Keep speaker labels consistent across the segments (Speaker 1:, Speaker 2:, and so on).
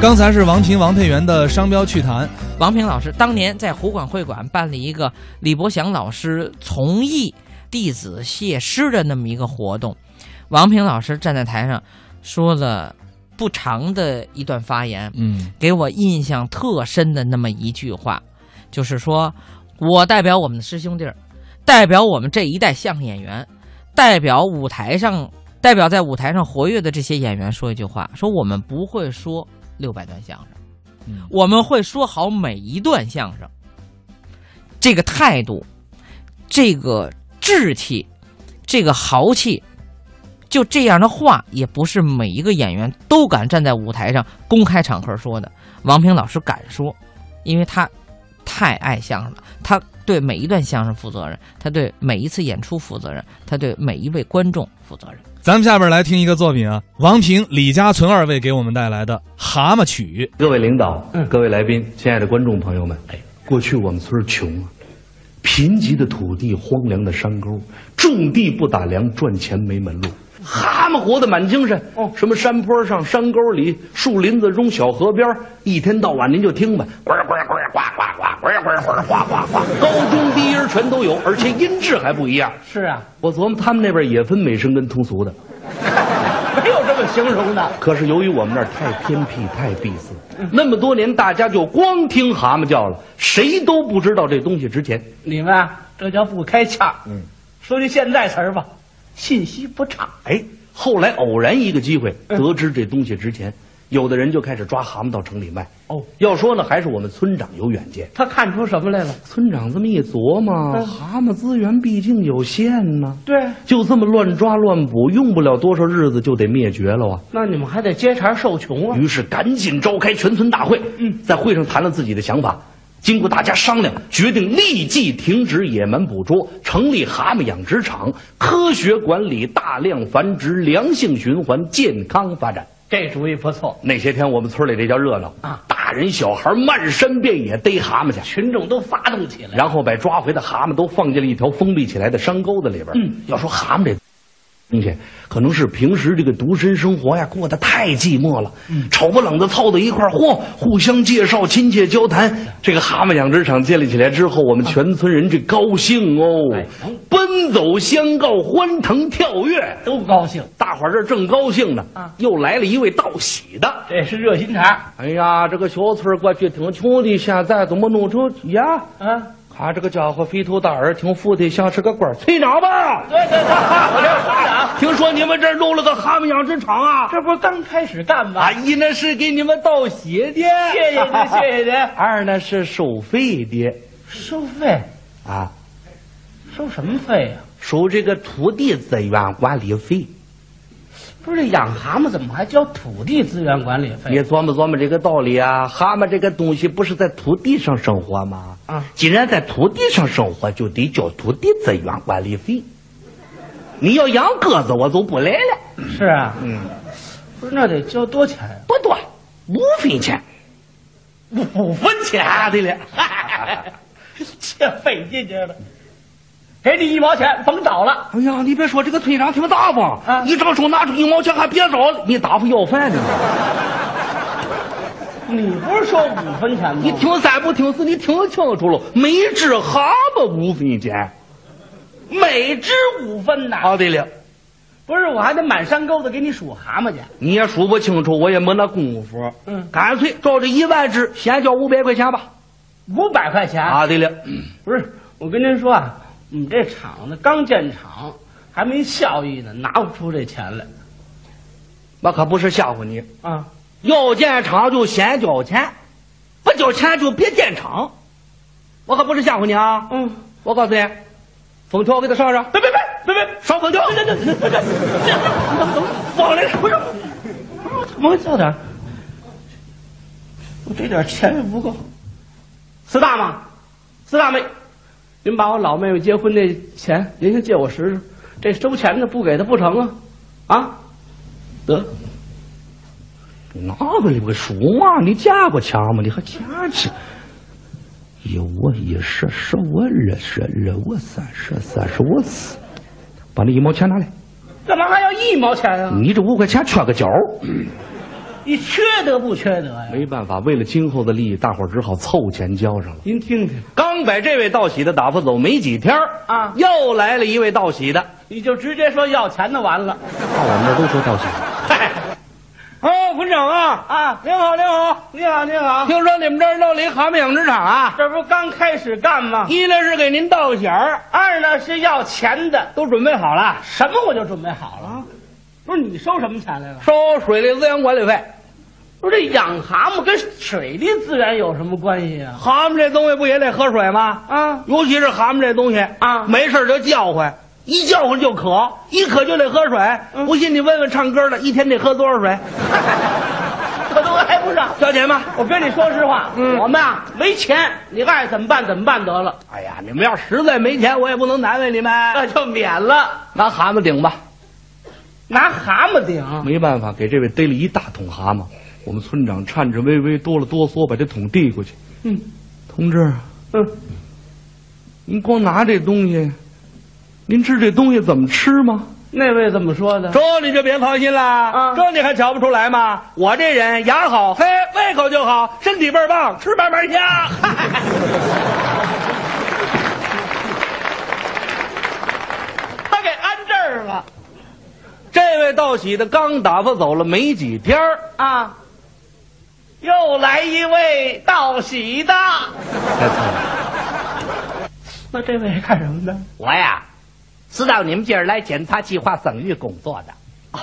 Speaker 1: 刚才是王平、王佩元的商标趣谈，
Speaker 2: 王平老师当年在湖广会馆办了一个李伯祥老师从艺弟子谢师的那么一个活动，王平老师站在台上说了不长的一段发言，
Speaker 1: 嗯
Speaker 2: 给我印象特深的那么一句话，就是说我代表我们的师兄弟儿，代表我们这一代相声演员，代表舞台上。代表在舞台上活跃的这些演员说一句话：说我们不会说六百段相声。
Speaker 1: 嗯
Speaker 2: 我们会说好每一段相声。这个态度，这个志气，这个豪气，就这样的话，也不是每一个演员都敢站在舞台上公开场合说的。王平老师敢说，因为他太爱相声了，他对每一段相声负责任，他对每一次演出负责任，他对每一位观众负责任。
Speaker 1: 咱们下边来听一个作品啊，王平、李家存二位给我们带来的《蛤蟆曲
Speaker 3: 各位领导，各位来宾，亲爱的观众朋友们，嗯哎，过去我们村儿穷啊，贫瘠的土地，荒凉的山沟，种地不打粮，赚钱没门路。蛤蟆活得满精神哦，什么山坡上、山沟里、树林子中、小河边儿，一天到晚您就听吧，呱呱呱呱呱呱呱呱呱呱呱呱，高中低音儿全都有，而且音质还不一样。
Speaker 4: 是啊，
Speaker 3: 我琢磨他们那边也分美声跟通俗的，
Speaker 4: 没有这么形容的。
Speaker 3: 可是由于我们那儿太偏僻、太闭塞，那么多年大家就光听蛤蟆叫了，谁都不知道这东西值钱。
Speaker 4: 你们啊，这叫不开窍。嗯，说句现在词儿吧，信息不畅。
Speaker 3: 哎，后来偶然一个机会
Speaker 4: 嗯
Speaker 3: 得知这东西值钱，有的人就开始抓蛤蟆到城里卖。
Speaker 4: 哦，
Speaker 3: 要说呢，还是我们村长有远见。
Speaker 4: 他看出什么来了？
Speaker 3: 村长这么一琢磨，
Speaker 4: 嗯
Speaker 3: 蛤蟆资源毕竟有限呢、
Speaker 4: 对，啊
Speaker 3: 就这么乱抓乱捕，用不了多少日子就得灭绝了啊！
Speaker 4: 那你们还得接茬受穷啊。
Speaker 3: 于是赶紧召开全村大会，
Speaker 4: 嗯
Speaker 3: 在会上谈了自己的想法。经过大家商量，决定立即停止野蛮捕捉，成立蛤蟆养殖场，科学管理，大量繁殖，良性循环，健康发展。
Speaker 4: 这主意不错，
Speaker 3: 那些天我们村里这叫热闹
Speaker 4: 啊
Speaker 3: 大人小孩漫山遍野逮蛤蟆去，
Speaker 4: 群众都发动起来。
Speaker 3: 然后把抓回的蛤蟆都放进了一条封闭起来的山沟子里边。
Speaker 4: 嗯，
Speaker 3: 要说蛤蟆这东西，可能是平时这个独身生活呀过得太寂寞了，嗯，瞅不冷的凑到一块儿，嚯，互相介绍，亲切交谈。这个蛤蟆养殖场建立起来之后，我们全村人这高兴哦，
Speaker 4: 哎
Speaker 3: 奔走相告，欢腾跳跃。
Speaker 4: 都高兴，
Speaker 3: 大伙儿这正高兴呢，
Speaker 4: 啊
Speaker 3: 又来了一位道喜的，
Speaker 4: 这是热心肠
Speaker 3: 嗯哎呀，这个小村儿过去挺穷的，现在怎么弄成呀？
Speaker 4: 啊！
Speaker 3: 他这个家伙肥头大耳，挺富的，像是个官儿。村长吧，
Speaker 4: 对对对，我这是村长，
Speaker 3: 听说你们这儿弄了个蛤蟆养殖场啊？
Speaker 4: 这不是刚开始干吗？
Speaker 3: 啊，一呢是给你们道喜的，
Speaker 4: 哎谢谢 您，谢谢您。
Speaker 3: 二呢是收费的，
Speaker 4: 收费
Speaker 3: 啊，
Speaker 4: 收什么费啊呀、
Speaker 3: 收这个土地资源管理费。
Speaker 4: 不是这养蛤蟆怎么还交土地资源管理
Speaker 3: 你
Speaker 4: 费？
Speaker 3: 琢磨琢磨这个道理啊，蛤蟆这个东西不是在土地上生活吗？
Speaker 4: 啊
Speaker 3: 既然在土地上生活，就得交土地资源管理费。你要养鸽子，我就不来了，
Speaker 4: 是啊，嗯，不是那得交多钱啊？
Speaker 3: 不多，五分钱。
Speaker 4: 五分钱
Speaker 3: 啊，对了。
Speaker 4: 这费劲劲的，给你一毛钱，甭找了。
Speaker 3: 哎呀，你别说，这个村长挺大方，
Speaker 4: 啊
Speaker 3: 一张手拿出一毛钱，还别找你打发要饭呢。
Speaker 4: 你不是说五分钱吗？
Speaker 3: 你听三不听四，你听清楚了，每只蛤蟆五分钱。
Speaker 4: 每只五分呐、
Speaker 3: 啊，对了，
Speaker 4: 不是，我还得满山沟子给你数蛤蟆去。
Speaker 3: 你也数不清楚，我也没那功夫。
Speaker 4: 嗯
Speaker 3: 干脆照这一万只，先交五百块钱吧。
Speaker 4: 五百块钱？
Speaker 3: 啊，对了，
Speaker 4: 不是，我跟您说啊，我们这厂子刚建厂，还没效益呢，拿不出这钱来
Speaker 3: 那可不是吓唬你，
Speaker 4: 啊。
Speaker 3: 要建厂就先交钱，不交钱就别建厂。我可不是吓唬你啊！
Speaker 4: 嗯，
Speaker 3: 我告诉你，封条给他上上。
Speaker 4: 别别别别别，
Speaker 3: 烧粉条，啊哎这这这这这，
Speaker 4: 往来不是，往小点儿。我这点钱也不够。四大妈，四大妹，您把我老妹妹结婚那钱，您先借我使使。这收钱的不给他不成啊，啊，得
Speaker 3: 哪个你个数嘛？你见过钱吗？你还见去？一五一十，十五二十，二五三十，三十五四。把那一毛钱拿来，
Speaker 4: 干嘛还要一毛钱啊？
Speaker 3: 你这五块钱缺个角儿。
Speaker 4: 你缺德不缺德呀？
Speaker 3: 没办法，为了今后的利益，大伙儿只好凑钱交上了。
Speaker 4: 您听听，
Speaker 3: 刚把这位道喜的打发走没几天儿
Speaker 4: 啊
Speaker 3: 又来了一位道喜的，
Speaker 4: 你就直接说要钱的完了。
Speaker 3: 到我们这儿都说道喜。
Speaker 4: 哦，部长啊啊，您好，您好，您好，您 好，
Speaker 3: 听说你们这儿弄了一蛤蟆养殖场啊？
Speaker 4: 这不刚开始干吗？
Speaker 3: 一来是给您道喜儿，
Speaker 4: 二呢是要钱的，
Speaker 3: 都准备好了，
Speaker 4: 什么我就准备好了。不是你收什么钱来了？
Speaker 3: 收水利资源管理费。
Speaker 4: 不是这养蛤蟆跟水利资源有什么关系啊？
Speaker 3: 蛤蟆这东西不也得喝水吗？
Speaker 4: 啊，
Speaker 3: 尤其是蛤蟆这东西
Speaker 4: 啊
Speaker 3: 没事儿就叫唤，一叫唤就渴，一渴就得喝水。
Speaker 4: 嗯
Speaker 3: 不信你问问唱歌的，一天得喝多少水？
Speaker 4: 我都挨不上。
Speaker 3: 交钱吗？
Speaker 4: 我跟你说实话，
Speaker 3: 嗯
Speaker 4: 我们啊没钱，你爱怎么办怎么办得了，
Speaker 3: 哎呀，你们要实在没钱，我也不能难为你们，
Speaker 4: 那就免了，
Speaker 3: 拿蛤蟆顶吧。
Speaker 4: 拿蛤蟆顶。
Speaker 3: 没办法，给这位逮了一大桶蛤蟆。我们村长颤颤巍巍、哆了哆嗦，把这桶递过去。
Speaker 4: 嗯，
Speaker 3: 同志，
Speaker 4: 嗯，
Speaker 3: 您光拿这东西，您知这东西怎么吃吗？
Speaker 4: 那位怎么说的？
Speaker 3: 这你就别操心啦，
Speaker 4: 啊
Speaker 3: 这你还瞧不出来吗？我这人牙好，嘿，胃口就好，身体倍儿棒，吃板板 香。
Speaker 4: 他给安这儿了
Speaker 3: 这位道喜的刚打发走了没几天儿
Speaker 4: 啊！又来一位道喜的， 那这位干什么的？
Speaker 5: 我呀，知道你们这儿来检查计划生育工作的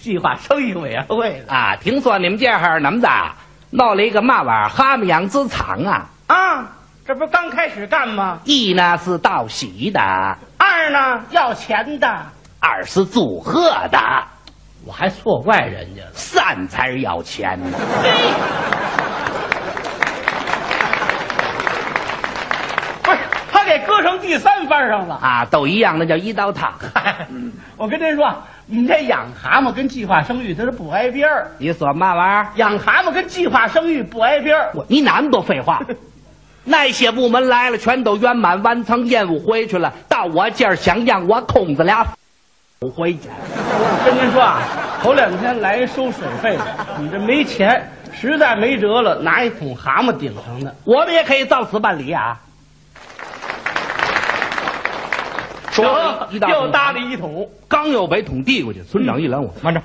Speaker 4: 计划生育委员会的
Speaker 5: 啊，听说你们这儿怎么的，闹了一个嘛玩意儿蛤蟆养殖场啊？
Speaker 4: 啊！这不刚开始干吗？
Speaker 5: 一呢是道喜的，
Speaker 4: 二呢要钱的，
Speaker 5: 二是祝贺的，
Speaker 4: 我还错怪人家了。
Speaker 5: 三才是要钱啊呢。
Speaker 4: 不是，他给搁成第三番上 了。
Speaker 5: 啊，都一样，那叫一刀汤。
Speaker 4: 嗨，我跟您说，你这养蛤蟆跟计划生育它是不挨边儿，
Speaker 5: 你说嘛玩意儿？
Speaker 4: 养蛤蟆跟计划生育不挨边儿。
Speaker 5: 我你哪那么多废话？那些部门来了，全都圆满完成任务回去了，到我这儿想让我空着俩回去。
Speaker 4: 我跟您说啊，头两天来一收水费的，你这没钱，实在没辙了，拿一桶蛤蟆顶上的。
Speaker 5: 我们也可以照此办理啊。说
Speaker 4: 得
Speaker 5: 一大
Speaker 4: 又
Speaker 5: 桶，
Speaker 4: 搭了一桶，
Speaker 3: 刚要把桶递过去，村长一拦我，
Speaker 5: 慢着，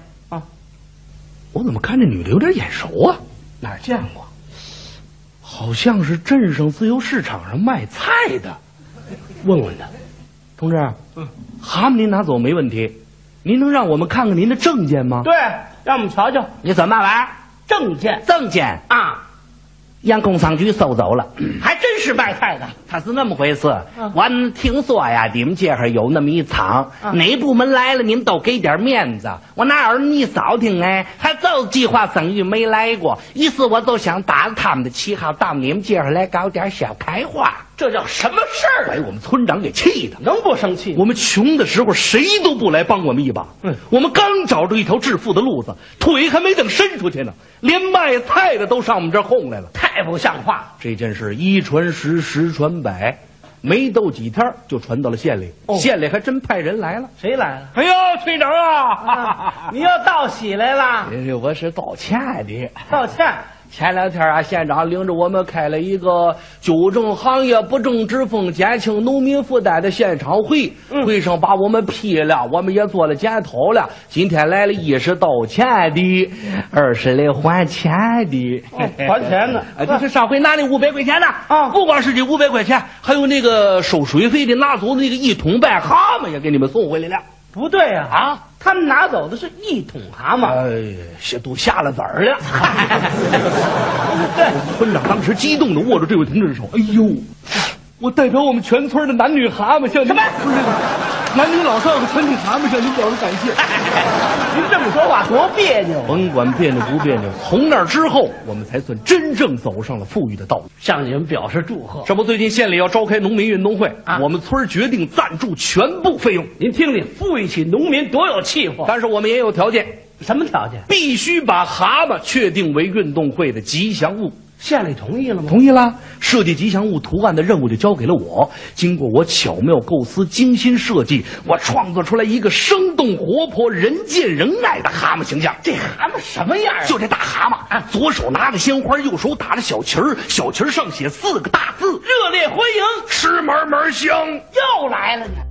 Speaker 3: 我怎么看这女的有点眼熟啊？
Speaker 4: 哪儿见过？
Speaker 3: 好像是镇上自由市场上卖菜的。问问他，同志，嗯，蛤蟆您拿走没问题，您能让我们看看您的证件吗？
Speaker 4: 对，让我们瞧瞧
Speaker 5: 你怎么玩意儿？
Speaker 4: 证件
Speaker 5: 证件
Speaker 4: 啊，
Speaker 5: 让工商局收走 了，
Speaker 4: 还真是卖菜的。
Speaker 5: 他是那么回事。
Speaker 4: 嗯
Speaker 5: 我听说呀，你们这儿有那么一场，
Speaker 4: 嗯
Speaker 5: 哪部门来了，你们都给点面子。我那儿一扫听哎，还就计划生育没来过，于是我就想打着他们的旗号到你们这儿来搞点小开花，
Speaker 4: 这叫什么事儿
Speaker 3: 把
Speaker 4: 啊？
Speaker 3: 我们村长给气的。
Speaker 4: 能不生气吗？
Speaker 3: 我们穷的时候，谁都不来帮我们一把。嗯，我们刚找着一条致富的路子，腿还没等伸出去呢，连卖菜的都上我们这儿哄来了。
Speaker 4: 太不像话了。
Speaker 3: 这件事一传十，十传百，没斗几天儿就传到了县里。
Speaker 5: 哦
Speaker 3: 县里还真派人来了。
Speaker 4: 谁来了？
Speaker 3: 哎呦，村长
Speaker 4: 啊
Speaker 3: 啊！
Speaker 4: 你又道喜来了，
Speaker 5: 这我是道歉的。
Speaker 4: 道歉。
Speaker 5: 前两天啊，县长领着我们开了一个纠正行业不正之风、减轻农民负担的现场会，
Speaker 4: 嗯
Speaker 5: 会上把我们批了，我们也做了检讨了。今天来了，一是道歉的，二是来还钱的，
Speaker 4: 嗯 哦还钱呢
Speaker 5: 啊，就是上回拿那五百块钱的
Speaker 4: 啊
Speaker 5: 不光是这五百块钱，还有那个收水费的拿走的那个一桶半蛤蟆也给你们送回来了
Speaker 4: 不对呀、啊，
Speaker 5: 啊！
Speaker 4: 他们拿走的是一桶蛤
Speaker 3: 呃
Speaker 4: 蟆。
Speaker 5: 哎，这都下了崽儿 了。
Speaker 3: 村长当时激动的握住这位同志的手，哎呦，我代表我们全村的男女蛤蟆向您什么？不是男女老少的全体蛤蟆向您表示感谢。
Speaker 4: 您这么说话多别扭啊！
Speaker 3: 甭管别扭不别扭，从那之后，我们才算真正走上了富裕的道路。
Speaker 4: 向你们表示祝贺。
Speaker 3: 这不，最近县里要召开农民运动会，
Speaker 4: 啊
Speaker 3: 我们村儿决定赞助全部费用，
Speaker 4: 您听听，富裕起农民多有气魄！
Speaker 3: 但是我们也有条件，
Speaker 4: 什么条件？
Speaker 3: 必须把蛤蟆确定为运动会的吉祥物。
Speaker 4: 县里同意了吗？
Speaker 3: 同意啦！设计吉祥物图案的任务就交给了我。经过我巧妙构思、精心设计，我创作出来一个生动活泼、人见人爱的蛤蟆形象。这
Speaker 4: 蛤蟆什么样啊？
Speaker 3: 就这大蛤蟆啊，左手拿着鲜花，右手打着小旗儿，小旗儿上写四个大字
Speaker 4: 热烈欢迎，
Speaker 3: “吃门门香
Speaker 4: 又来了你。